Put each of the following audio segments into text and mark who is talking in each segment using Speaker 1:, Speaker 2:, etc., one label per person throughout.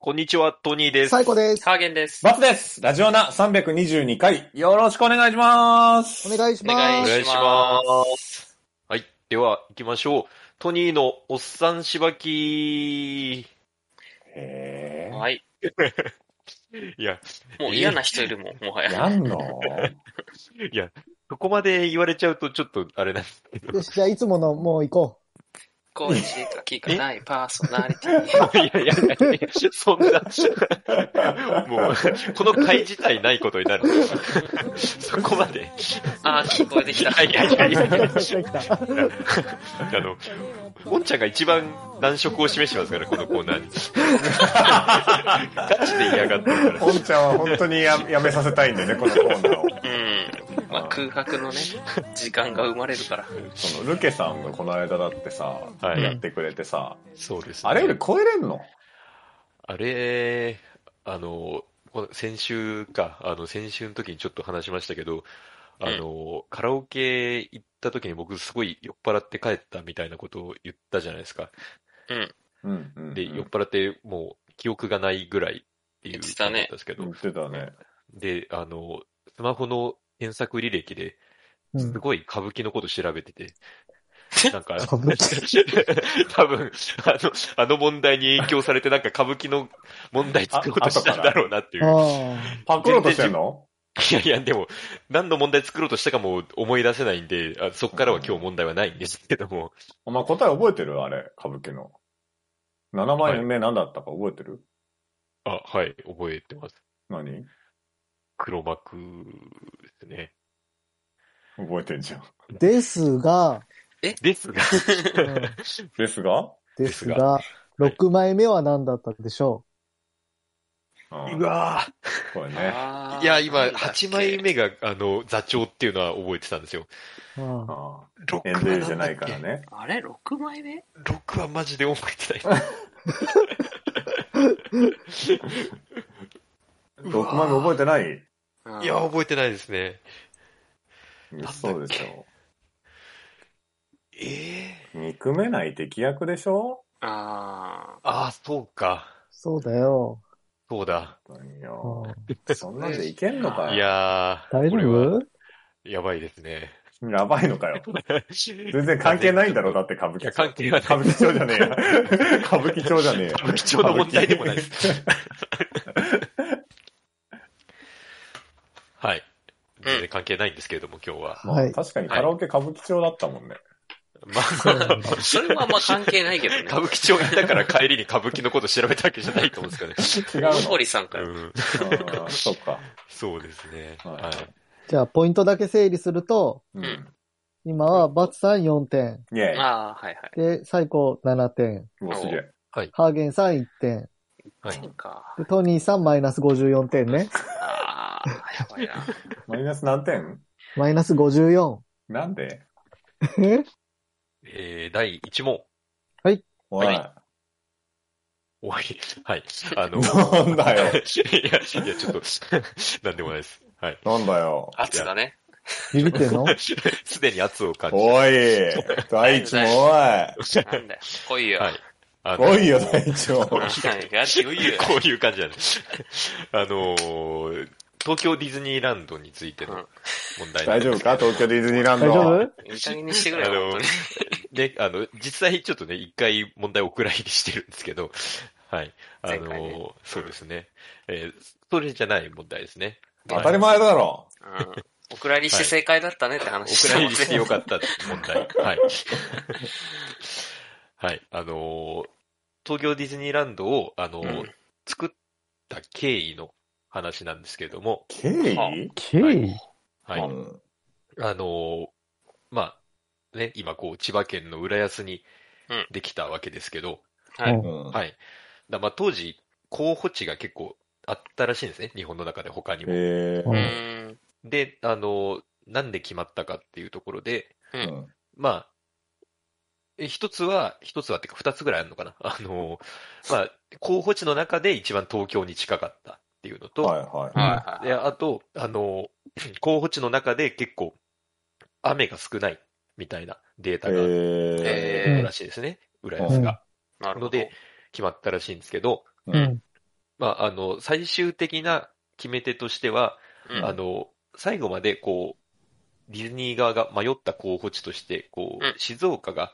Speaker 1: こんにちは、トニーです。
Speaker 2: 最高です。
Speaker 3: ハーゲンです。
Speaker 4: バツです。ラジオナ322回、よろしくお願いします。
Speaker 2: お願いし
Speaker 3: お願
Speaker 2: ま
Speaker 1: お
Speaker 2: す。
Speaker 1: 願いします。はい。では、行きましょう。トニーのおっさんしばき。い
Speaker 4: へぇ
Speaker 3: はい。
Speaker 1: や、
Speaker 3: もう嫌な人いるもん、もは
Speaker 4: ー。や
Speaker 3: や。
Speaker 4: んの
Speaker 1: いや、ここまで言われちゃうとちょっとあれ なんですけど
Speaker 2: よ。し、じゃあいつものもう行こ
Speaker 3: こういう人が聞かないパーソナリティ。
Speaker 1: いやいやいやいや、そんな、 もう、この回自体ないことになる。 そこまで。
Speaker 3: あー、聞こえてきた。
Speaker 1: いやいや
Speaker 2: う。
Speaker 1: い やいや。
Speaker 2: できた
Speaker 1: あの、おんちゃんが一番難色を示してますから、このコーナーに。 ガチで嫌がってるから。
Speaker 4: ポンちゃんは 本当にややめさせたいんでね、このコーナーを。
Speaker 3: うん。まあ、空白のね、時間が生まれるから。
Speaker 4: その、ルケさんがこの間だってさ、
Speaker 1: はい
Speaker 4: やってくれてさ、
Speaker 1: そうです、
Speaker 4: あれより超えれんの
Speaker 1: あれ、あの、この先週か、あの、先週の時にちょっと話しましたけど、あの、カラオケ行った時に僕すごい酔っ払って帰ったみたいなことを言ったじゃないですか。
Speaker 4: うん、うん。
Speaker 1: で、
Speaker 4: 言
Speaker 1: 酔っ払ってもう記憶がないぐらいっていう
Speaker 3: 言ってたね
Speaker 1: ことだったんですけど、
Speaker 4: ってたね。
Speaker 1: で、あの、スマホの検索履歴で、
Speaker 2: う
Speaker 1: す
Speaker 2: ん
Speaker 1: ごい歌舞伎のこと調べて て、なんか、
Speaker 2: 歌舞
Speaker 1: 多分、あの、あの問題に影響されてなんか歌舞伎の問題作ろうとしたんだろうなっていう。
Speaker 2: あ
Speaker 4: パクろうとしてんの
Speaker 1: いやいや、でも、何の問題作ろうとしたかも思い出せないんで、あそっからは今日問題はないんですけども、
Speaker 4: お前答え覚えてるあれ、歌舞伎の。7枚目何だったか覚えてる、
Speaker 1: あ、はい、覚えてます。
Speaker 4: 何
Speaker 1: 黒幕ですね。
Speaker 4: 覚えてんじゃん。
Speaker 2: ーですが、
Speaker 1: ですが、
Speaker 2: うん
Speaker 4: ですが、
Speaker 2: です
Speaker 1: ですが
Speaker 2: が、6枚目は何だったでしょ
Speaker 4: うん
Speaker 1: うわぁ
Speaker 4: これね。
Speaker 3: あー
Speaker 1: いや、今、8枚。目が、あの、座長っていうのは覚えてたんですよ。
Speaker 2: う。うん
Speaker 4: あ
Speaker 1: 6
Speaker 4: エンデルじゃないから。ね。
Speaker 3: あれ ?6 枚目
Speaker 1: 6はマジで覚えてない。
Speaker 4: 6枚目覚えてない
Speaker 1: いや、覚えてないですね。
Speaker 4: うんそうでしょ。
Speaker 1: ええ
Speaker 4: 憎めない敵役でしょ
Speaker 3: あ
Speaker 1: ああ、そうか。
Speaker 2: そうだよ。
Speaker 1: そうだ。
Speaker 4: 本当に
Speaker 2: うん
Speaker 4: よそんなんでいけんのか
Speaker 1: い
Speaker 4: よ。
Speaker 1: やー、
Speaker 2: 大
Speaker 1: こ
Speaker 2: 丈
Speaker 1: れは
Speaker 2: 夫
Speaker 1: やばいですね。
Speaker 4: やばいのかよ。全然関係ないん だろ、だって歌舞
Speaker 1: い
Speaker 4: 伎
Speaker 1: や、
Speaker 4: 町。
Speaker 1: 関係はない
Speaker 4: 歌。舞伎町じゃ ねえや。歌舞伎町じゃねえや。
Speaker 1: 歌舞伎町の問題でもないです。はい。全然関係ないんですけれども、今日は。
Speaker 4: まあ
Speaker 2: はい
Speaker 4: 確かにカラオケ歌舞伎町だったもんね。
Speaker 1: ま
Speaker 2: そう
Speaker 1: あ、
Speaker 2: なんだ
Speaker 3: あ。それはあんま関係ないけどね。
Speaker 1: 歌舞伎町行ったから帰りに歌舞伎のこと調べたわけじゃないと思うんです
Speaker 4: 違う
Speaker 3: 大
Speaker 4: の。
Speaker 3: 堀さん
Speaker 1: か
Speaker 3: か。
Speaker 1: らら
Speaker 3: う
Speaker 1: ね。うん。
Speaker 4: あーそっか。
Speaker 1: そうですね。
Speaker 4: はい
Speaker 1: はい。
Speaker 2: じゃあ、ポイントだけ整理すると、
Speaker 4: うん。
Speaker 2: 今は、バツさん4点。
Speaker 4: イェイ。
Speaker 3: ああ、はいはい。
Speaker 2: で、最高7点。
Speaker 4: うわ、すげえ。
Speaker 2: ハーゲンさん1点。
Speaker 1: はい
Speaker 3: そうか。
Speaker 2: でトニーさんマイナス54点ね。
Speaker 3: ああ、やばいな。
Speaker 4: マイナス何点
Speaker 2: マイナス54。
Speaker 4: なんで
Speaker 2: え
Speaker 1: えー、第1問。
Speaker 4: おい。
Speaker 3: は
Speaker 1: 終わり。はい。あの、
Speaker 4: なん だ
Speaker 1: いや、
Speaker 4: よ。
Speaker 1: いや、ちょっと、 なんでもないです。はい。
Speaker 4: なんだよ。
Speaker 3: 圧だね。
Speaker 2: ビビってんの
Speaker 1: すでに圧を感じ
Speaker 4: おい。大地もおい。
Speaker 3: なんだよ。来いよ。
Speaker 1: はい。あの
Speaker 4: おいよ、大地も。
Speaker 3: はいガチ来いよ。
Speaker 1: こういう感じなんです。あのー東京ディズニーランドについての問題なん
Speaker 4: 大
Speaker 1: です
Speaker 4: 丈夫か東京ディズニーランド。
Speaker 2: 大丈夫
Speaker 3: いい加減にしてくれよ、本当に。
Speaker 1: で、あの、実際ちょっとね、一回問題をお蔵入りしてるんですけど、はい。あの
Speaker 3: 前回ね
Speaker 1: ーそうですね。えーそれじゃない問題ですね。
Speaker 4: 当たり前だろ。
Speaker 3: うんお蔵入りして正解だったねって
Speaker 1: お
Speaker 3: 話して
Speaker 1: 蔵入りしてよか
Speaker 3: か
Speaker 1: ったって問題。はい。 はい。あのー東京ディズニーランドを、あのー
Speaker 3: うん
Speaker 1: 作った経緯の話なんですけれども、
Speaker 4: 経
Speaker 3: は
Speaker 4: 緯
Speaker 2: 経
Speaker 1: 緯はい。
Speaker 4: うん
Speaker 1: あのーまあ、ね、今こう、千葉県の浦安に
Speaker 3: うん
Speaker 1: できたわけですけど、
Speaker 3: は
Speaker 2: う
Speaker 3: い。
Speaker 4: うん
Speaker 1: はい。だまあ当時、候補地が結構あったらしいんですね、日本の中で他にも。
Speaker 4: え
Speaker 3: う
Speaker 2: うん
Speaker 3: ーん。
Speaker 1: で、あのーなんで決まったかっていうところで、
Speaker 3: う
Speaker 4: ー
Speaker 3: ん。
Speaker 1: まあ、え一つは、一つはっていうか二つぐらいあるのかな。あのーまあ、候補地の中で一番東京に近かったっていうのと、
Speaker 4: はいはい。
Speaker 3: はいはい
Speaker 1: で、
Speaker 3: はい。
Speaker 1: あと、あの、候補地の中で結構、雨が少ないみたいなデータがあ
Speaker 4: え
Speaker 3: え
Speaker 1: るらしいですね。浦安が。
Speaker 3: ー、なるほ
Speaker 1: の
Speaker 3: ど。
Speaker 1: で、決まったらしいんですけど、
Speaker 4: ー。
Speaker 1: まあ、あの、最終的な決め手としては、
Speaker 3: うん
Speaker 1: あの、最後まで、こう、ディズニー側が迷った候補地として、こう、
Speaker 3: うん
Speaker 1: 静岡が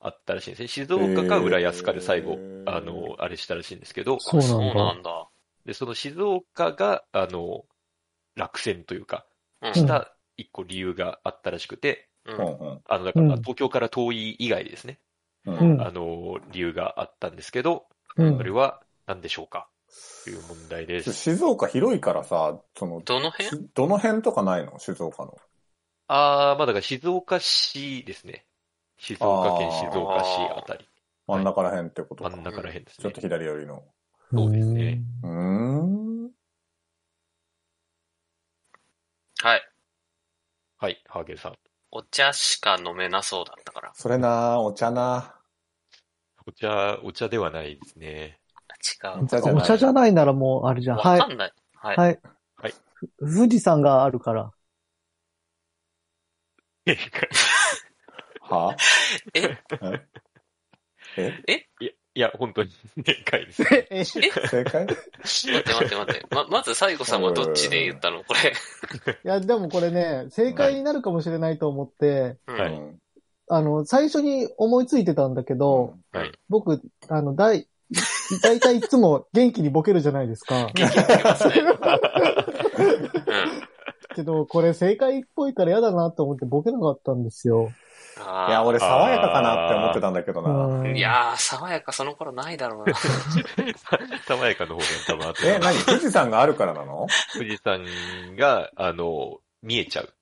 Speaker 1: あったらしいんですね。静岡か浦安かで最後
Speaker 4: へ、ー
Speaker 1: あの、あれしたらしいんですけど、
Speaker 2: そうなんだ
Speaker 3: そうなんだ。
Speaker 1: で、その静岡が、あの、落選というか、
Speaker 3: うん
Speaker 1: した一個理由があったらしくて、
Speaker 3: うん
Speaker 4: うんうん
Speaker 1: あの、だから、
Speaker 2: うん
Speaker 1: 東京から遠い以外ですね、
Speaker 4: うん
Speaker 2: うん
Speaker 1: あの、理由があったんですけど、
Speaker 2: う
Speaker 1: それ
Speaker 2: ん。
Speaker 1: は何でしょうかという問題です。
Speaker 4: 静岡広いからさ、その、
Speaker 3: どの辺
Speaker 4: しどの辺とかないの静岡の。
Speaker 1: ああ、まあだから静岡市ですね。静岡県
Speaker 4: あー
Speaker 1: 静岡市あたり。
Speaker 4: 真ん中ら辺ってことか。
Speaker 1: 真ん中ら辺です
Speaker 4: ちょっ
Speaker 1: ね
Speaker 4: と。左寄りの。
Speaker 1: そうですね
Speaker 4: うーん。
Speaker 3: はい。
Speaker 1: はい、ハーゲルさん。
Speaker 3: お茶しか飲めなそうだったから。
Speaker 4: それなお茶な
Speaker 1: お茶、お茶ではないですね。
Speaker 3: 違
Speaker 2: うん。
Speaker 3: う。
Speaker 4: 茶じゃない
Speaker 2: お茶じゃないならもう、あれじゃん。
Speaker 3: わ
Speaker 2: はい
Speaker 3: か。んない。はい。
Speaker 2: はい。
Speaker 1: はい
Speaker 2: ふ富士山があるから。
Speaker 4: は
Speaker 3: え、
Speaker 4: え
Speaker 1: いや、いや、本当に正解 です。
Speaker 2: え、
Speaker 4: 正 解
Speaker 3: 待って待って待って。ま、まず、西郷さんはどっちで言ったのこれ。
Speaker 2: いや、でもこれね、正解になるかもしれないと思って、
Speaker 3: う
Speaker 1: はい
Speaker 3: ん。
Speaker 4: うん
Speaker 2: あの、最初に思いついてたんだけど、
Speaker 1: はい。
Speaker 2: 僕、あの、だい、大体いつも元気にボケるじゃないです か。
Speaker 3: うん。
Speaker 2: けど、これ正解っぽいから嫌だなと思ってボケなかったんですよ。
Speaker 3: あー
Speaker 4: いや、俺爽やかかなって思ってたんだけどな。
Speaker 2: うん
Speaker 3: いやー、爽やかその頃ないだろうな。
Speaker 1: 爽やかの方が多分あって
Speaker 4: え、何富士山があるからなの
Speaker 1: 富士山が、あの、見えちゃうと。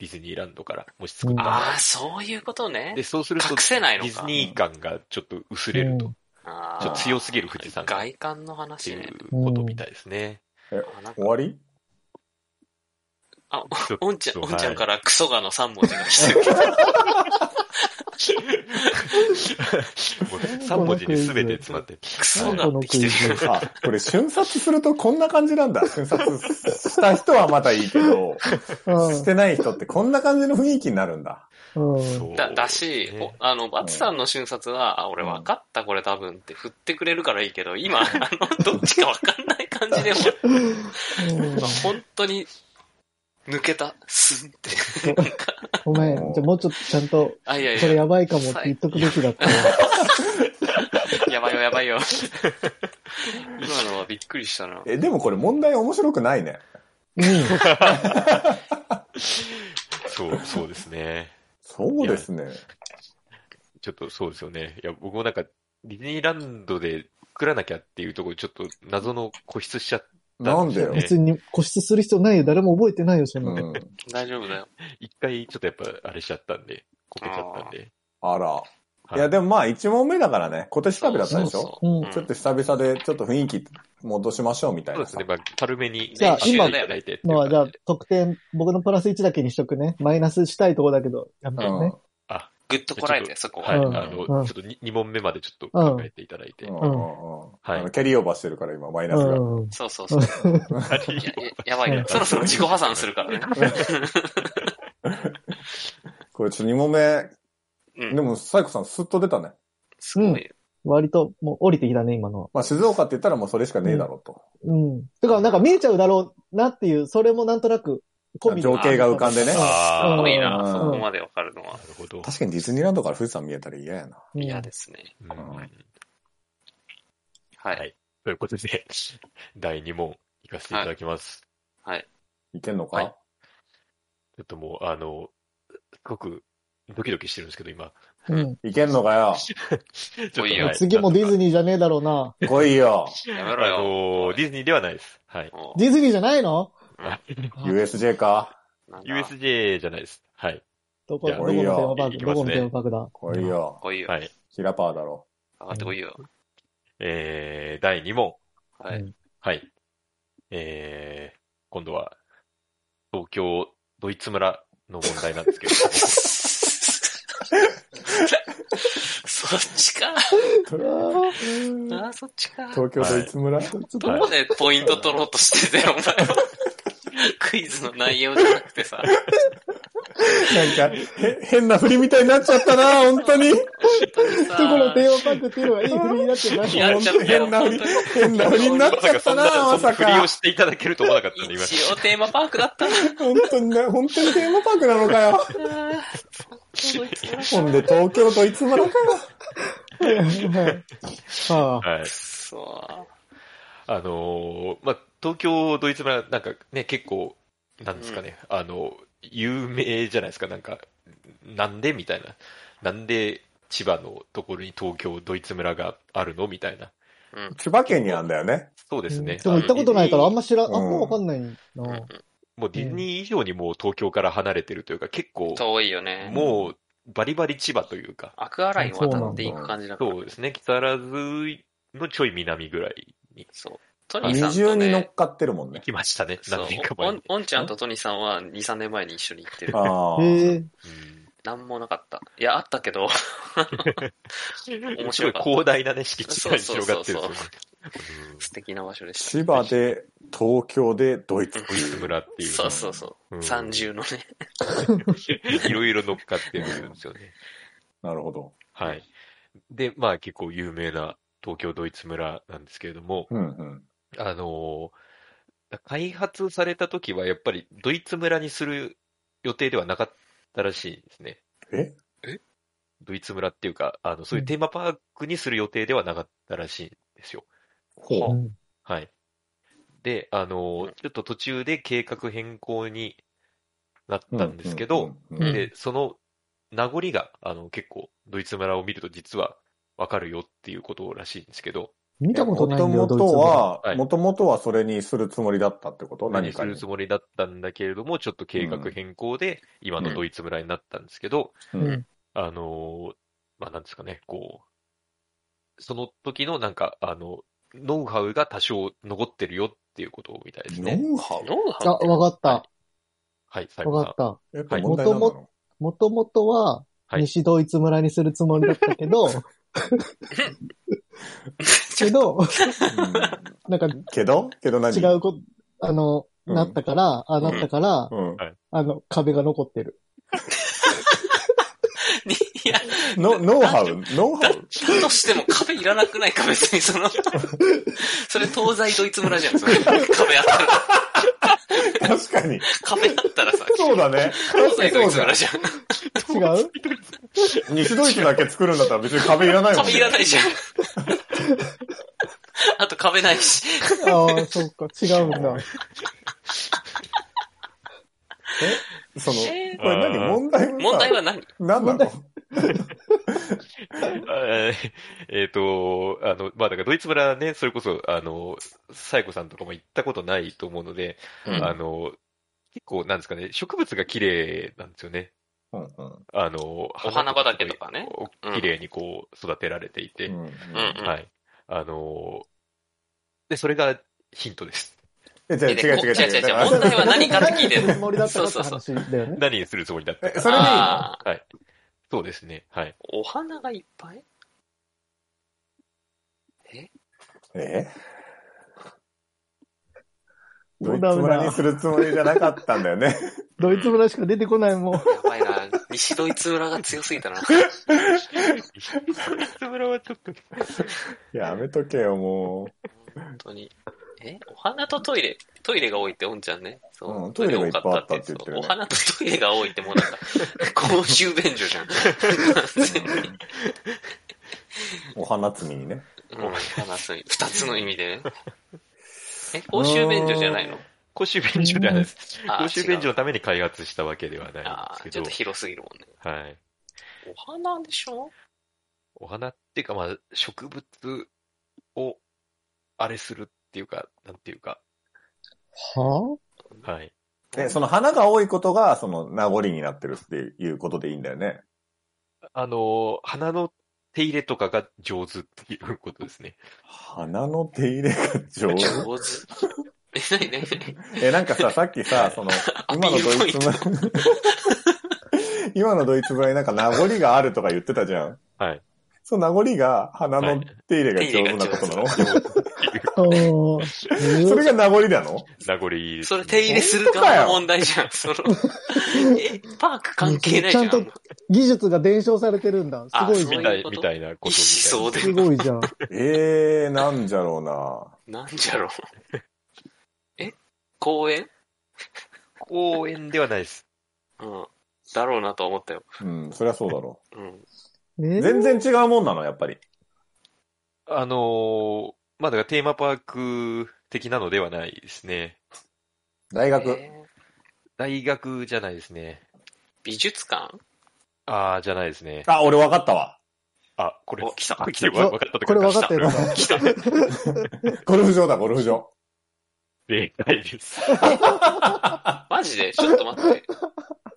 Speaker 1: ディズニーランドから、もし作ったら。
Speaker 3: ああ、そういうことね
Speaker 1: で、。そうすると、
Speaker 3: 隠せないのか
Speaker 1: ディズニー感がちょっと薄れると。
Speaker 3: あー
Speaker 1: ちょっと強すぎる富士山が。っ
Speaker 3: 外観の
Speaker 1: て
Speaker 3: 話
Speaker 1: い
Speaker 3: ね。
Speaker 1: うことみたいですね。
Speaker 3: あなんか
Speaker 4: 終わり
Speaker 3: あ、
Speaker 1: ちょっと
Speaker 3: おんちゃん、
Speaker 1: はい
Speaker 3: おんちゃんからクソがの3文字が来てる。
Speaker 1: もう3文字に全て詰まってる。
Speaker 3: クソがってきて
Speaker 2: なん
Speaker 3: る。
Speaker 4: あ、これ瞬殺するとこんな感じなんだ。瞬殺した人はまだいいけど、してない人ってこんな感じの雰囲気になるんだ。
Speaker 2: うん。うん。
Speaker 1: そう
Speaker 3: だ、だし、お
Speaker 1: ね
Speaker 3: あの、バツさんの瞬殺は、あ、俺分かった、これ多分って振ってくれるからいいけど、 今、あの、どっちか分かんない感じでも、今本当に、抜けた、スンって。
Speaker 2: ごめん。じゃあもうちょっとちゃんと、
Speaker 3: あ、いやい
Speaker 2: これ
Speaker 3: や、
Speaker 2: やばいかもって言っとくべきだったよ。
Speaker 3: やばいよ、やばいよ。今のはびっくりしたな。
Speaker 4: え、でもこれ問題面白くないね。
Speaker 2: う
Speaker 1: そう、そうですね。
Speaker 4: そうですね。
Speaker 1: ちょっとそうですよね。いや、僕もなんか、ディズニーランドで作らなきゃっていうところ、ちょっと謎の固執しちゃっ
Speaker 4: なんで
Speaker 1: なん
Speaker 4: よ
Speaker 2: ん。。別に固執する必要ないよ。誰も覚えてないよ、そんな
Speaker 4: う
Speaker 2: の。
Speaker 4: ん。
Speaker 3: 大丈夫だよ。
Speaker 1: 一回ちょっとやっぱあれしちゃったんで、こけちゃったんで。
Speaker 4: あら。
Speaker 1: はい
Speaker 4: いや、でもまあ1問目だからね、今年旅だったでし
Speaker 3: そう
Speaker 4: ょ
Speaker 3: そう
Speaker 2: うん
Speaker 3: ん
Speaker 4: ちょっと久々でちょっと雰囲気戻しましょうみたい
Speaker 1: そう
Speaker 4: な
Speaker 1: です
Speaker 4: さ。
Speaker 1: ね。まあ、軽めに、
Speaker 2: じゃあ
Speaker 1: 練習していただいてっていう
Speaker 2: まあ、じゃ
Speaker 1: 感
Speaker 2: あ
Speaker 1: じで、
Speaker 2: 得点、僕のプラス1だけにしとくね。マイナスしたいとこだけど、やめてね。
Speaker 3: ぐっとこらえて、そこ
Speaker 1: は
Speaker 3: は。
Speaker 1: い、
Speaker 2: うん
Speaker 1: あの、
Speaker 2: うん
Speaker 1: ちょっと 2, 問目までちょっと考えていただいて。
Speaker 4: うん。うん
Speaker 2: うん
Speaker 4: うんうん
Speaker 1: はい
Speaker 4: あのキャリーオーバーしてるから今、マイナスが。
Speaker 2: うん。
Speaker 3: そうそう そう。 いや、ややばいよ。そろそろ自己破産するからね。
Speaker 4: これちょっと2問目。
Speaker 3: うん
Speaker 4: で。も、サイコさんスッと出たね。
Speaker 3: すごい。
Speaker 2: 割と、もう降りてきたね、今のは。
Speaker 4: まあ静岡って言ったらもうそれしかねえだろうと。
Speaker 2: うん。てか、なんか見えちゃうだろうなっていう、それもなんとなく、込みで
Speaker 4: 情景が浮かんでね
Speaker 2: う
Speaker 1: あー
Speaker 3: すごい
Speaker 4: うん
Speaker 3: な、そこまでわかるのは
Speaker 1: な。るほど。
Speaker 4: 確かにディズニーランドから富士山見えたら嫌やな。
Speaker 2: うん
Speaker 3: 嫌ですね。
Speaker 1: うん
Speaker 4: はい
Speaker 3: は
Speaker 1: はい
Speaker 3: い。
Speaker 1: ということで、第2問、いかせていただきます。
Speaker 3: はい。
Speaker 4: いけんのか、
Speaker 1: はいちょっともう、あの、すごく、ドキドキしてるんですけど、今。
Speaker 2: うん。
Speaker 4: い、けんの かよ
Speaker 1: ちょっと
Speaker 3: いや
Speaker 1: はい
Speaker 2: 次もディズ
Speaker 1: ニ
Speaker 2: ニーじゃねえだろうな。
Speaker 4: 来いよ
Speaker 3: やめ
Speaker 1: ー
Speaker 3: ろ
Speaker 1: あ
Speaker 3: よ。
Speaker 1: のーディズニーではないです。はい。
Speaker 3: も
Speaker 2: ディズニーじゃないの
Speaker 1: はい
Speaker 4: !USJ か
Speaker 3: うなんだ
Speaker 1: USJ じゃないです。はい。
Speaker 2: どこ、
Speaker 1: いや
Speaker 2: どこのテーマパ
Speaker 1: い
Speaker 2: ー
Speaker 1: い
Speaker 2: ク
Speaker 1: き
Speaker 2: ど
Speaker 1: ますね
Speaker 2: このテーマパークだ
Speaker 4: 来いよ
Speaker 3: こういう、
Speaker 1: は
Speaker 3: 上
Speaker 1: い。
Speaker 4: キラパーだろ。
Speaker 3: がってこいよ。
Speaker 1: えー、第2問。
Speaker 3: は
Speaker 2: う
Speaker 3: い。
Speaker 2: ん
Speaker 1: はい。えー、今度は、東京、ドイツ村の問題なんです けど、
Speaker 3: そっちか。ああ、そっちか。
Speaker 4: 東京ドイツ村、ちょっと
Speaker 3: どこでポイント取ろうとしてて、お前は。クイズの内容じゃなくてさ。
Speaker 4: なんか、へ変な振りみたいになっちゃったな、本当に。
Speaker 2: ところ電話パックっていうのがいい振りになってるらしい
Speaker 3: やっ
Speaker 4: 本
Speaker 3: ちゃった
Speaker 4: 当に変な振り、変な振りになっちゃったな、ま
Speaker 1: まさ
Speaker 4: さ
Speaker 1: かそんな、そんな振り
Speaker 4: か
Speaker 1: を。していただけると思わなかったね、今。
Speaker 3: 一応テーマパークだったな。
Speaker 4: 本当にな、本当にテーマパークなのかよ。ほんで東京といつもだか
Speaker 2: はい はあ
Speaker 1: はい。
Speaker 3: そう。
Speaker 1: あのーまあ、東京ドイツ村、なんかね、結構、なんですかね、あの、有名じゃないですか、なんか、なんでみたいな。なんで千葉のところに東京ドイツ村があるのみたいな。
Speaker 3: うん。
Speaker 4: 千葉県にあんだよね。
Speaker 1: そうですね。
Speaker 2: でも行ったことないからあんま知ら、あ
Speaker 4: うんん
Speaker 2: まわかんないな。
Speaker 1: もうディズニー以上にもう東京から離れてるというか、結構、
Speaker 3: 遠いよね。
Speaker 1: もうバリバリ千葉というか、
Speaker 3: アクアライン渡っていく感じだから。
Speaker 1: そうですね、木更津のちょい南ぐらいに
Speaker 3: そう。トニーさん
Speaker 4: 二重
Speaker 3: と
Speaker 4: に
Speaker 3: ね
Speaker 4: 乗っ、かってるもんね。
Speaker 1: 来ましたね、
Speaker 3: そう
Speaker 1: 何年か
Speaker 3: お
Speaker 1: 前
Speaker 3: ん
Speaker 1: に。
Speaker 3: おんちゃんとトニーさんは2、3年前に一緒に行ってる。
Speaker 4: ああ。
Speaker 2: へえ。
Speaker 1: うん
Speaker 3: なんもなかった。いや、あったけど、面
Speaker 1: すご
Speaker 3: 白
Speaker 1: い
Speaker 3: かった
Speaker 1: 広大なね、敷地が広がってるん
Speaker 3: そうそうそうそう
Speaker 1: ですよね。うん
Speaker 3: 素敵な場所でした。
Speaker 4: 千葉で、東京で、ドイツ。
Speaker 1: ドイツ村っていう。
Speaker 3: そうそうそうう。
Speaker 1: ん
Speaker 3: 三重のね。
Speaker 1: いろいろ乗っかってるんですよね。
Speaker 4: なるほど。
Speaker 1: はい。で、まあ結構有名な東京ドイツ村なんですけれども、
Speaker 4: うんうん。
Speaker 1: あのー開発された時はやっぱりドイツ村にする予定ではなかったらしいんですね。
Speaker 4: え
Speaker 1: ドイツ村っていうか、あの、そういうテーマパークにする予定ではなかったらしいんですよ。
Speaker 4: ほう。
Speaker 1: はい。で、あのーちょっと途中で計画変更になったんですけど、
Speaker 4: うんうんうん、
Speaker 1: で、その名残が、あの、結構、ドイツ村を見ると実はわかるよっていうことらしいんですけど、
Speaker 2: 見たことないんだよ、
Speaker 4: もと
Speaker 2: ドイ
Speaker 4: も
Speaker 2: ツ語。
Speaker 4: とは
Speaker 1: は、い
Speaker 4: もともとはそれにするつもりだったってこと
Speaker 1: 何
Speaker 4: 何
Speaker 1: す
Speaker 4: か
Speaker 1: る
Speaker 4: に
Speaker 1: つ。もりだったんだけれども、ちょっと計画変更で、今のドイツ村になったんですけど、
Speaker 4: う
Speaker 2: うん
Speaker 4: ん。
Speaker 1: あのーまあ、なんですかね、こう、その時のなんか、あの、ノウハウが多少残ってるよっていうことみたいですね。
Speaker 4: ノウハ
Speaker 3: ノウハ
Speaker 2: あ、
Speaker 3: ウ
Speaker 2: わかった。
Speaker 1: はい、最後
Speaker 2: わか
Speaker 1: さん
Speaker 2: っ。た。
Speaker 4: ウやっぱ問題な
Speaker 2: も
Speaker 4: の
Speaker 2: ともともとは、
Speaker 1: はい
Speaker 2: 西ドイツ村にするつもりだったけど、けど、
Speaker 4: うん
Speaker 2: なんか
Speaker 4: けどけど何
Speaker 2: 違うこと、あの、
Speaker 4: うん
Speaker 2: なったから、あ、なったから、
Speaker 4: うん。
Speaker 2: あの、壁が残ってる。
Speaker 3: にいや、
Speaker 4: のノウハウノウハウ
Speaker 3: だとしても壁いらなくないか、別にそ の、それ東西ドイツ村じゃん、それ。壁あったら、
Speaker 4: 確かに。
Speaker 3: 壁あったらさ、
Speaker 4: そうだね。
Speaker 3: 東西ドイツ
Speaker 4: そうだ
Speaker 3: 村じゃん。
Speaker 2: 違う
Speaker 4: 西ドイツだけ作るんだったら別に壁いらないもんね。
Speaker 3: 壁いらない じゃん。あと壁ないし。
Speaker 2: ああ、そうか、違うんだ。
Speaker 4: えその、
Speaker 3: えー
Speaker 4: これ何
Speaker 1: あー
Speaker 4: 問題はさ
Speaker 3: 問題は何
Speaker 4: 何なの
Speaker 1: えーえっと、あの、まあ、だからドイツ村ね、それこそ、あの、サイコさんとかも行ったことないと思うので、
Speaker 4: うん
Speaker 1: あの、結構なんですかね、植物が綺麗なんですよね。
Speaker 4: うんうん
Speaker 1: あの、お
Speaker 3: 花畑とかね。うん
Speaker 1: 綺麗にこう育てられていて、
Speaker 4: うん
Speaker 3: うんうん
Speaker 1: はい。あの、で、それがヒントです。
Speaker 4: えじゃあ違う違
Speaker 3: 違う違う
Speaker 4: う違う。
Speaker 3: 違う問題は何から聞いてんの
Speaker 2: つもりだったのって話だよね。
Speaker 1: 何にするつもりだった
Speaker 4: え
Speaker 1: か。
Speaker 4: それでいいの
Speaker 3: あー
Speaker 1: はい。そうですね。はい。
Speaker 3: お花がいっぱい
Speaker 4: え
Speaker 2: も
Speaker 4: ド
Speaker 2: う
Speaker 4: イツ
Speaker 2: ダメ
Speaker 4: 村に
Speaker 2: だ
Speaker 4: す。るつもりじゃなかったんだよね。
Speaker 2: ドイツ村しか出てこないもん。
Speaker 3: やばいな。西ドイツ村が強すぎたな。
Speaker 1: ドイツ村はちょっと、
Speaker 4: やめとけよ、も
Speaker 3: 本当に。えお花とトイレ。トイレが多いって、おんちゃんね。そ
Speaker 4: うんトイレがいっぱいあったって言ってる
Speaker 3: お
Speaker 4: ね
Speaker 3: 花とトイレが多いってもうなんか、公衆便所じゃん。
Speaker 4: う。 お花摘みにね。
Speaker 3: うん、花すみ。二つの意味でね。え、公衆便所じゃないの
Speaker 1: 公衆便所ではないです。
Speaker 3: あー
Speaker 1: 公衆便所のために開発したわけではない
Speaker 3: あ
Speaker 1: ん
Speaker 3: あ、
Speaker 1: です
Speaker 3: ち
Speaker 1: け
Speaker 3: ょっ
Speaker 1: ど
Speaker 3: と、広すぎるもんね。
Speaker 1: はい。
Speaker 3: お花でしょ
Speaker 1: お花っていうか、まあ、植物をあれするっていうか、なんていうか、
Speaker 2: は
Speaker 1: はい。
Speaker 4: で、その花が多いことが、その名残になってるっていうことでいいんだよね。
Speaker 1: あの、花の手入れとかが上手っていうことですね。
Speaker 4: 花の手入れが上 手。
Speaker 3: 上手。え、なになに
Speaker 4: え、なんかさ、さっきさ、その、今のドイツ村、今のドイツ村になんか名残があるとか言ってたじゃん。
Speaker 1: はい。
Speaker 4: その名残が花の手入れが上手なことなの、
Speaker 2: あー。
Speaker 4: それが名残なの
Speaker 1: 名残です
Speaker 3: そ
Speaker 1: ね
Speaker 3: れ手入れする側の問題じゃん。その、え、パーク関係ないじゃん。
Speaker 2: ちゃんと技術が伝承されてるんだ。すごい
Speaker 3: あそう
Speaker 2: じゃ
Speaker 1: み
Speaker 2: ん
Speaker 3: う。
Speaker 1: た
Speaker 3: いう
Speaker 1: い、
Speaker 3: こと
Speaker 1: みたいなこと
Speaker 3: 一
Speaker 1: みたいな
Speaker 2: す
Speaker 3: 思相伝。
Speaker 2: ごいじゃん。
Speaker 4: ええー、なんじゃろうな。
Speaker 3: なんじゃろう。 え公園
Speaker 1: 公園ではないです。
Speaker 3: うん。だろうなとは思ったよ。
Speaker 4: うん、そりゃそうだろ
Speaker 3: うん。
Speaker 2: え
Speaker 4: う。全然違うもんなの、やっぱり。
Speaker 1: あのーまあ、だからテーマパーク的なのではないですね。
Speaker 4: 大学。
Speaker 3: えー
Speaker 1: 大学じゃないですね。
Speaker 3: 美術館
Speaker 1: ああ、じゃないですね。
Speaker 4: あ、俺分かったわ。
Speaker 1: あ、これ
Speaker 3: お、来た
Speaker 1: これ来て
Speaker 2: 来た
Speaker 1: わかったと
Speaker 2: これ分かったよ。
Speaker 3: 来た。
Speaker 4: ゴルフ場だ、ゴルフ場。
Speaker 1: でかいです。
Speaker 3: マジでちょっと待って。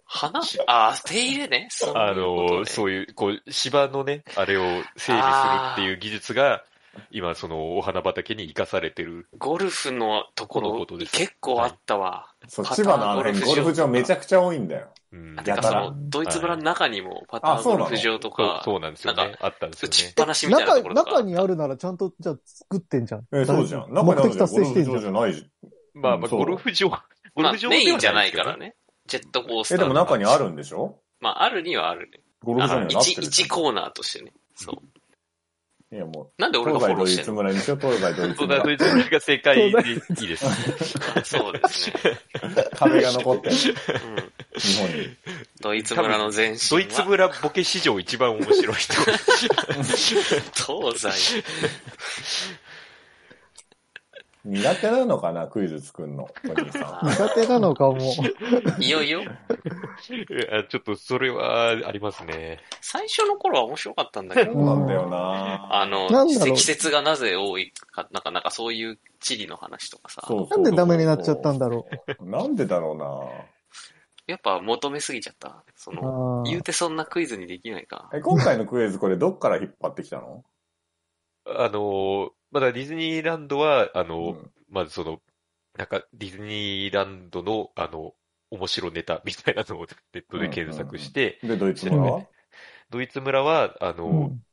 Speaker 3: 花あー、手入れね。そう
Speaker 1: あ
Speaker 3: いうこと
Speaker 1: のー
Speaker 3: ね
Speaker 1: そういう、こう、芝のね、あれを整備するっていう技術が、今、その、お花畑に生かされてる。
Speaker 3: ゴルフのと
Speaker 1: こ
Speaker 3: こ
Speaker 1: の
Speaker 3: ろ
Speaker 1: ことです
Speaker 3: 結構あったわ。
Speaker 4: そう、
Speaker 3: パター
Speaker 4: 千葉のあの
Speaker 3: ゴル
Speaker 4: 辺、
Speaker 3: フ場
Speaker 4: ゴルフ場めちゃくちゃ多いんだよ。
Speaker 1: うん
Speaker 3: あ
Speaker 4: い
Speaker 3: て
Speaker 4: や
Speaker 3: か
Speaker 4: た
Speaker 3: そ
Speaker 4: だ
Speaker 3: の、ドイツ村の中にもパタ
Speaker 4: あ
Speaker 3: ーン
Speaker 4: そう
Speaker 3: ゴ
Speaker 4: な
Speaker 3: ル
Speaker 4: の
Speaker 3: フ場と
Speaker 1: そう
Speaker 3: か、
Speaker 1: そうなんですよ
Speaker 3: なん
Speaker 1: ね。あったんです
Speaker 3: 打
Speaker 1: よ
Speaker 3: ちっ
Speaker 1: ね。
Speaker 3: ぱなしみたいな
Speaker 2: 中
Speaker 3: とこ
Speaker 2: に、
Speaker 3: ろとか。
Speaker 2: 中にあるならちゃんと、じゃあ作ってんじゃん。
Speaker 4: えそうじゃん。
Speaker 2: 目
Speaker 4: 中にある
Speaker 2: 的
Speaker 4: じゃん、
Speaker 2: 達
Speaker 4: ゴ
Speaker 2: 成し
Speaker 4: ル
Speaker 2: て
Speaker 4: フ
Speaker 2: んじゃん。
Speaker 4: 場じゃないじ
Speaker 1: まあまあ、
Speaker 4: そう
Speaker 1: ゴルフ場、ゴ
Speaker 3: まあ
Speaker 1: ルフ場
Speaker 3: メインじゃない
Speaker 1: では
Speaker 3: から
Speaker 1: です
Speaker 3: ね。ジェットコース
Speaker 4: ゃ
Speaker 3: ター。
Speaker 4: ん。え、でも中にあ。るんでしょ
Speaker 3: まあ、あるにはあるね。
Speaker 4: ゴルフ場
Speaker 3: あ
Speaker 4: にはなっ
Speaker 3: 一、
Speaker 4: てるじ
Speaker 3: 一コーナーとしてね。そう。
Speaker 4: ゃん。いや、も
Speaker 3: なんで
Speaker 4: う、
Speaker 3: 俺が
Speaker 4: 東
Speaker 3: フォロ
Speaker 4: 西
Speaker 3: ー
Speaker 4: ドイ
Speaker 3: して
Speaker 4: ツ
Speaker 3: んの
Speaker 4: 村にしよう、東西ドイツ
Speaker 1: けど。そうだ、
Speaker 4: 村
Speaker 1: ド。イツ村が正解でいいです。
Speaker 3: あそうですね。
Speaker 4: 壁が残ってる。
Speaker 3: うん。
Speaker 4: 日本に。
Speaker 3: ドイツ村の前身
Speaker 1: ド
Speaker 3: は。
Speaker 1: イツ村ボケ史上一番面白い人。
Speaker 3: 東西。
Speaker 4: 苦手なのかな、クイズ作る の。お兄さ
Speaker 3: あ
Speaker 2: 苦手なのかもう。
Speaker 3: いよいよ。
Speaker 1: あちょっと、それは、ありますね。
Speaker 3: 最初の頃は面白かったんだけど。
Speaker 4: ん。そうなんだよな
Speaker 3: あの
Speaker 2: なん、だろう
Speaker 3: 積雪がなぜ多いか、なんか、なんかそういう地理の話とかさ。
Speaker 4: そうそう
Speaker 2: なんでダメになっちゃったんだろ
Speaker 4: う。なんでだろう
Speaker 3: やっぱ求めすぎちゃった。その、
Speaker 2: う。
Speaker 3: 言うてそんなクイズにできないか
Speaker 4: な。。え、今回のクイズこれどっから引っ張ってきたの
Speaker 1: あの、まだディズニーランドは、あ
Speaker 4: う
Speaker 1: の、
Speaker 4: ん
Speaker 1: まずその、なんか、ディズニーランドの、あの、面白ネタみたいなのを ネットで検索して、
Speaker 4: で、ドイツ村は
Speaker 1: ドイツ村は、あ
Speaker 2: う
Speaker 1: の、
Speaker 2: ん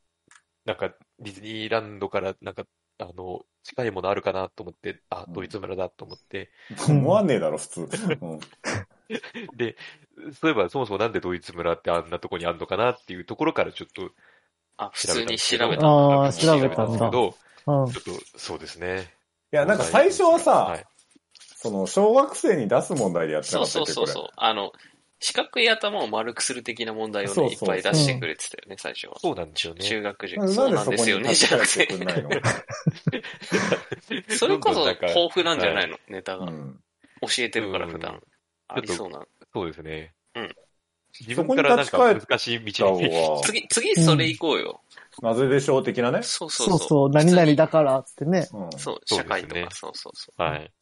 Speaker 1: なんか、ディズニーランドから、なんか、あの、近いものあるかなと思って、あ、ドイツ村だと思って、
Speaker 2: うん
Speaker 4: 思わねえだろ、普通。うん
Speaker 1: で、そういえばそもそもなんでドイツ村ってあんなとこにあんのかなっていうところからちょっと
Speaker 3: あ、普
Speaker 1: 調べた
Speaker 3: 通
Speaker 1: んで
Speaker 3: に
Speaker 1: すけ
Speaker 3: 調
Speaker 1: ど。
Speaker 3: べた。
Speaker 2: あー調べ
Speaker 1: 調べ
Speaker 2: た
Speaker 1: たん
Speaker 2: ん
Speaker 1: で
Speaker 2: だ
Speaker 1: すけど、
Speaker 2: うん
Speaker 1: ちょっと、そうですね。
Speaker 4: いや、なんか最初は
Speaker 1: は
Speaker 4: さ、
Speaker 1: い
Speaker 4: その、小学生に出す問題でやってな
Speaker 3: そ
Speaker 4: か
Speaker 3: う
Speaker 4: った
Speaker 3: そ
Speaker 4: っ
Speaker 3: うそう
Speaker 4: け、これ
Speaker 3: そ。う。あの、四角い頭を丸くする的な問題を
Speaker 4: そ
Speaker 3: ね、
Speaker 4: う
Speaker 3: い
Speaker 4: そ
Speaker 3: っ
Speaker 4: う
Speaker 3: ぱい出してくれてたよね、最初は。
Speaker 1: そうなんですよね。
Speaker 3: 中学時
Speaker 4: な
Speaker 3: そうなんですよ
Speaker 4: な
Speaker 3: ね、
Speaker 4: んで
Speaker 3: じ
Speaker 4: そ
Speaker 3: ゃ
Speaker 4: こ
Speaker 3: なく
Speaker 4: に立ち返ってく
Speaker 3: て。
Speaker 4: んないの
Speaker 3: それこ
Speaker 1: どん
Speaker 3: そ
Speaker 1: どんなんか
Speaker 3: 豊富なんじゃないの、ネタ
Speaker 4: う
Speaker 3: が。
Speaker 4: ん
Speaker 3: 教えてるから、普
Speaker 1: うん
Speaker 3: 段。ありそうな。
Speaker 1: そうですね。
Speaker 3: うん。
Speaker 1: 自分からなんか難しい
Speaker 4: 北
Speaker 1: 道に。
Speaker 4: 尾は
Speaker 3: 次、次それ行こうよ。
Speaker 4: なぜでしょう的なね。
Speaker 3: そうそうそ。
Speaker 2: そううそう、何々だからっつってね。
Speaker 4: うん
Speaker 3: 普通に。そう、
Speaker 1: そう
Speaker 3: 社
Speaker 1: ですね
Speaker 3: 会とか、そうそうそ
Speaker 1: はい。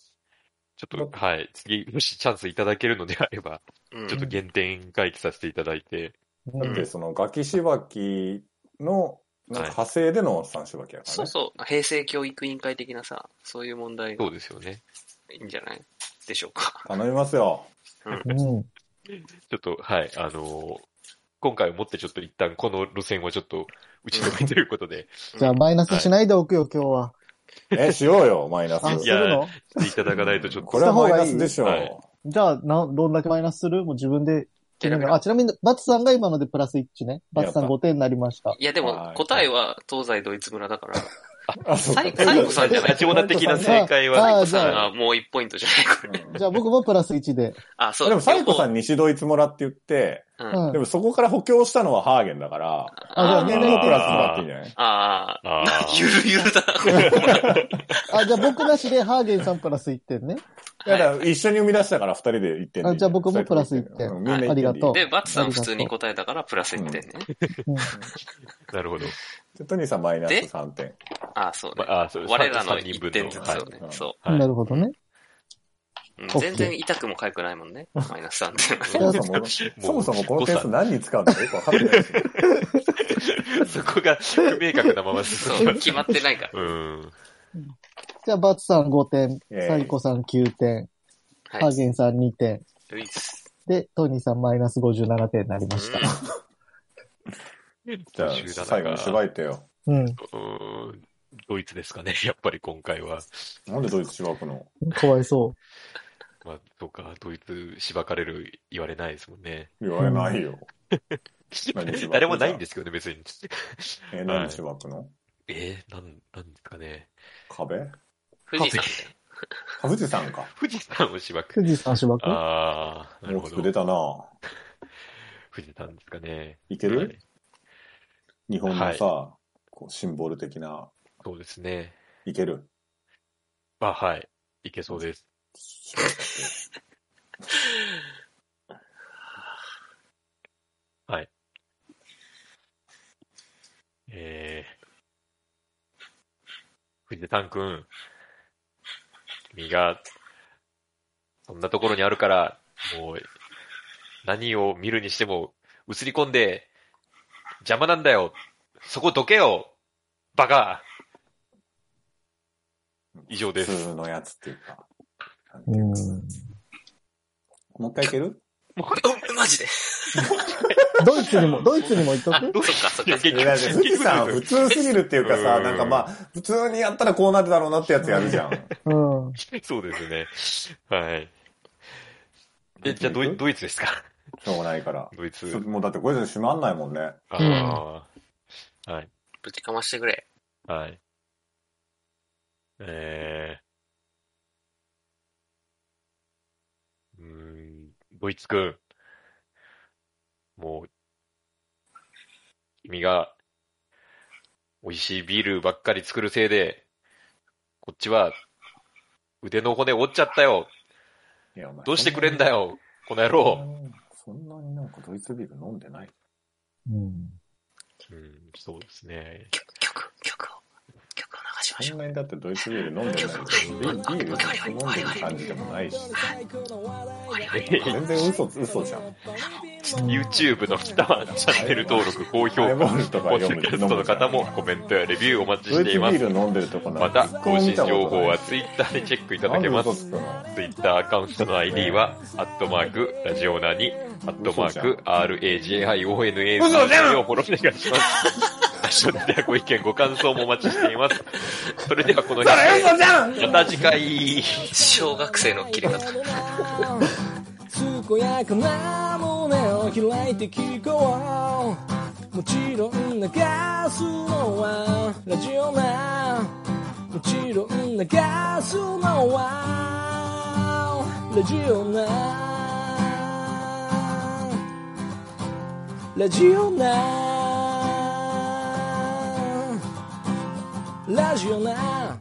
Speaker 1: ちょっと、はい。次、もしチャンスいただけるのであれば、
Speaker 3: う。うん
Speaker 1: ちょっと原点回帰させていただいて、
Speaker 2: う
Speaker 4: だっ
Speaker 2: ん
Speaker 4: て、その、ガキしばきの、なん
Speaker 1: は
Speaker 4: か
Speaker 1: い
Speaker 4: 派生でのおっさんしばきやからね。
Speaker 3: そうそう。平成教育委員会的なさ、そういう問題が
Speaker 1: そ
Speaker 3: いう
Speaker 1: ですよね。
Speaker 3: いんじゃないでしょうか。
Speaker 4: 頼みますよ。
Speaker 2: うん。
Speaker 1: ちょっと、はい。あのー今回をもってちょっと一旦この路線をちょっと打ち止めということ で、
Speaker 2: じゃあ、マイナスしないでおくよ、今日は。
Speaker 4: え、しようよ、マイナ
Speaker 2: あ、す
Speaker 4: ス。
Speaker 1: や
Speaker 2: るの
Speaker 1: していただかないとちょっ、
Speaker 4: ことれはマイナスでしょ。
Speaker 1: した方がいいう
Speaker 2: じゃあ、な、どんだけマイナスするもう自分で決め
Speaker 3: 選べ
Speaker 2: る。
Speaker 3: る
Speaker 2: あ、ちなみに、バツさんが今のでプラス1ね。バツさん
Speaker 4: やった
Speaker 2: 5点になりました。
Speaker 3: いや、でも
Speaker 4: は、い
Speaker 3: 答えは東西ドイツ村 だから、
Speaker 4: あ、そうか
Speaker 3: 最後最後さんじゃない
Speaker 1: ラジオナ的な正解
Speaker 2: あ
Speaker 1: は、
Speaker 2: あ
Speaker 3: さ
Speaker 2: じゃ
Speaker 3: んがもう1ポイントじゃないこれ。
Speaker 4: うん
Speaker 2: じゃあ、僕もプラス1で。
Speaker 3: あ、そう
Speaker 4: でも、サイコさ
Speaker 3: ん、
Speaker 4: ん西ドイツ村って言って、
Speaker 3: うん
Speaker 2: うん。
Speaker 4: でもそこから補強したのはハーゲンだから、
Speaker 2: あじゃあ
Speaker 4: ハー
Speaker 2: ね
Speaker 4: ゲンがプラスになっていいんじゃない
Speaker 3: ああ、
Speaker 1: あー
Speaker 3: ゆるゆるだな これ、
Speaker 2: あ、じゃあ僕なしでハーゲンさんプラス1点ね。
Speaker 4: いやだから一緒に生み出したから二人で1点でいい
Speaker 2: あじゃあ僕もプラス一点
Speaker 4: うんみんな一
Speaker 2: ありが
Speaker 4: でいい
Speaker 2: とう
Speaker 3: で、バツさん普通に答えたから、プラス1点ね。
Speaker 2: うん
Speaker 1: なるほど。
Speaker 4: でトニーさんマイナス3点。
Speaker 3: ああ、そう
Speaker 1: ま
Speaker 3: ね。
Speaker 1: あ、あそう
Speaker 3: 我らの
Speaker 1: 三人分
Speaker 3: 1点ずつをね。
Speaker 4: はい
Speaker 3: そ
Speaker 1: はい
Speaker 2: なるほどね。
Speaker 3: ううん
Speaker 2: OK
Speaker 3: 全然痛くも痒くないもんね。マイナス3
Speaker 4: そ
Speaker 3: 点。
Speaker 4: もそも、そもそもこの点数何に使うのかよくわかってないし。
Speaker 1: そこが不明確なまま進
Speaker 3: そ
Speaker 1: ん
Speaker 3: う、
Speaker 1: だ。
Speaker 3: 決まってないから。
Speaker 1: うん。
Speaker 2: じゃあ、バツさん5点、
Speaker 4: えー
Speaker 2: サイコさん9点、ハ
Speaker 3: は
Speaker 2: ー
Speaker 3: い。
Speaker 2: ゲンさん2点、
Speaker 3: ドイツ。
Speaker 2: で、トニーさんマイナス57点になりました。
Speaker 4: じゃあ、最後にしばいてよ。
Speaker 2: うん。
Speaker 1: うん。ドイツですかね、 やっぱり今回は。
Speaker 4: なんでドイツ芝くの
Speaker 2: かわいそ
Speaker 1: まあ、そうか、ドイツしばかれる言われないですもんね。
Speaker 4: 言われないよ。何しばく
Speaker 1: 誰もないんですけどね、別に。
Speaker 4: え、何芝くの
Speaker 1: えー、なん、なんですかね。
Speaker 4: 壁
Speaker 3: 富士山
Speaker 4: あ富士山か。
Speaker 1: 富士山をしば
Speaker 2: う。
Speaker 1: く。
Speaker 2: 富士山芝く
Speaker 1: ああ、なる
Speaker 4: 大
Speaker 1: ほ
Speaker 4: き
Speaker 1: ど。
Speaker 4: く出たな
Speaker 1: 富士山ですかね。
Speaker 4: いけ
Speaker 1: は
Speaker 4: る
Speaker 1: い
Speaker 4: 日本
Speaker 1: は
Speaker 4: の
Speaker 1: い
Speaker 4: さ、こうシンボル的な、
Speaker 1: そうですね。
Speaker 4: いける
Speaker 1: あ、はい。いけそうです。えー、藤田くん、君が、そんなところにあるから、もう、何を見るにしても映り込んで、邪魔なんだよそこどけよバカ以上で
Speaker 4: 普
Speaker 1: す。
Speaker 4: 通のやつっていうか。
Speaker 2: うん。
Speaker 4: もう一回い ける
Speaker 3: うんマジで。
Speaker 2: ドイツにも、ドイツにも行っと
Speaker 3: あ、そっ
Speaker 2: く
Speaker 3: かそっか。
Speaker 4: いや、富士山普通すぎるっていうかさ、
Speaker 1: うん
Speaker 4: なんかまあ、普通にやったらこうなるだろうなってやつやるじゃん。
Speaker 2: うん。
Speaker 1: そうですね。はい。え、じゃあド
Speaker 4: ドイ
Speaker 1: イ、
Speaker 4: ツ
Speaker 1: ドイツですか
Speaker 4: しょうがないから。
Speaker 1: ドイツ。
Speaker 4: そもうだってこれじゃ閉まんないもんね。
Speaker 1: ああ、はい。
Speaker 3: ぶちかましてくれ。
Speaker 1: はい。えー、うーん、ドイツくん。もう、君が、美味しいビールばっかり作るせいで、こっちは、腕の骨折っちゃったよ。
Speaker 4: いや、お前
Speaker 1: どうしてくれんだ
Speaker 4: よ、
Speaker 1: よ、この野郎。
Speaker 4: そんなになんかドイツビール飲んでない。
Speaker 2: うん。
Speaker 1: うん、そうです ね。
Speaker 3: 曲、曲、曲を、曲を流しまし
Speaker 4: そ
Speaker 3: ょ
Speaker 4: ん
Speaker 3: う。
Speaker 4: なにだってドイツビール飲んでないし、ビールずっと飲んでる感じでもないし、全然嘘、嘘じゃん。
Speaker 1: YouTube の北はチャンネル登録、高評
Speaker 4: ハイボ
Speaker 1: 価
Speaker 4: ー、ルとか
Speaker 1: ポッド
Speaker 4: 読む
Speaker 1: キャストの方もコメントやレビューお待ち
Speaker 4: ド
Speaker 1: し
Speaker 4: イツ
Speaker 1: て
Speaker 4: ビ
Speaker 1: います。
Speaker 4: ール飲んでるとこな
Speaker 1: ま
Speaker 4: んて
Speaker 1: た、
Speaker 4: 一個も
Speaker 1: 更新
Speaker 4: 見たことない
Speaker 1: 情報は Twitter でチェックいただけま。
Speaker 4: なんです嘘つくの
Speaker 1: Twitter アカウントの ID は、アットマーク、ラジオナに、アットマーク、RAJIONA をフォローお願いします。それではご意見、ご感想もお待ちしています。それではこの辺で、
Speaker 4: じゃん
Speaker 1: また次回。
Speaker 3: 小学生の切り方。
Speaker 5: 健やかな胸を開いて聞こうもちろん流すのはラジオなもちろん流すのはラジオなラジオなラジオな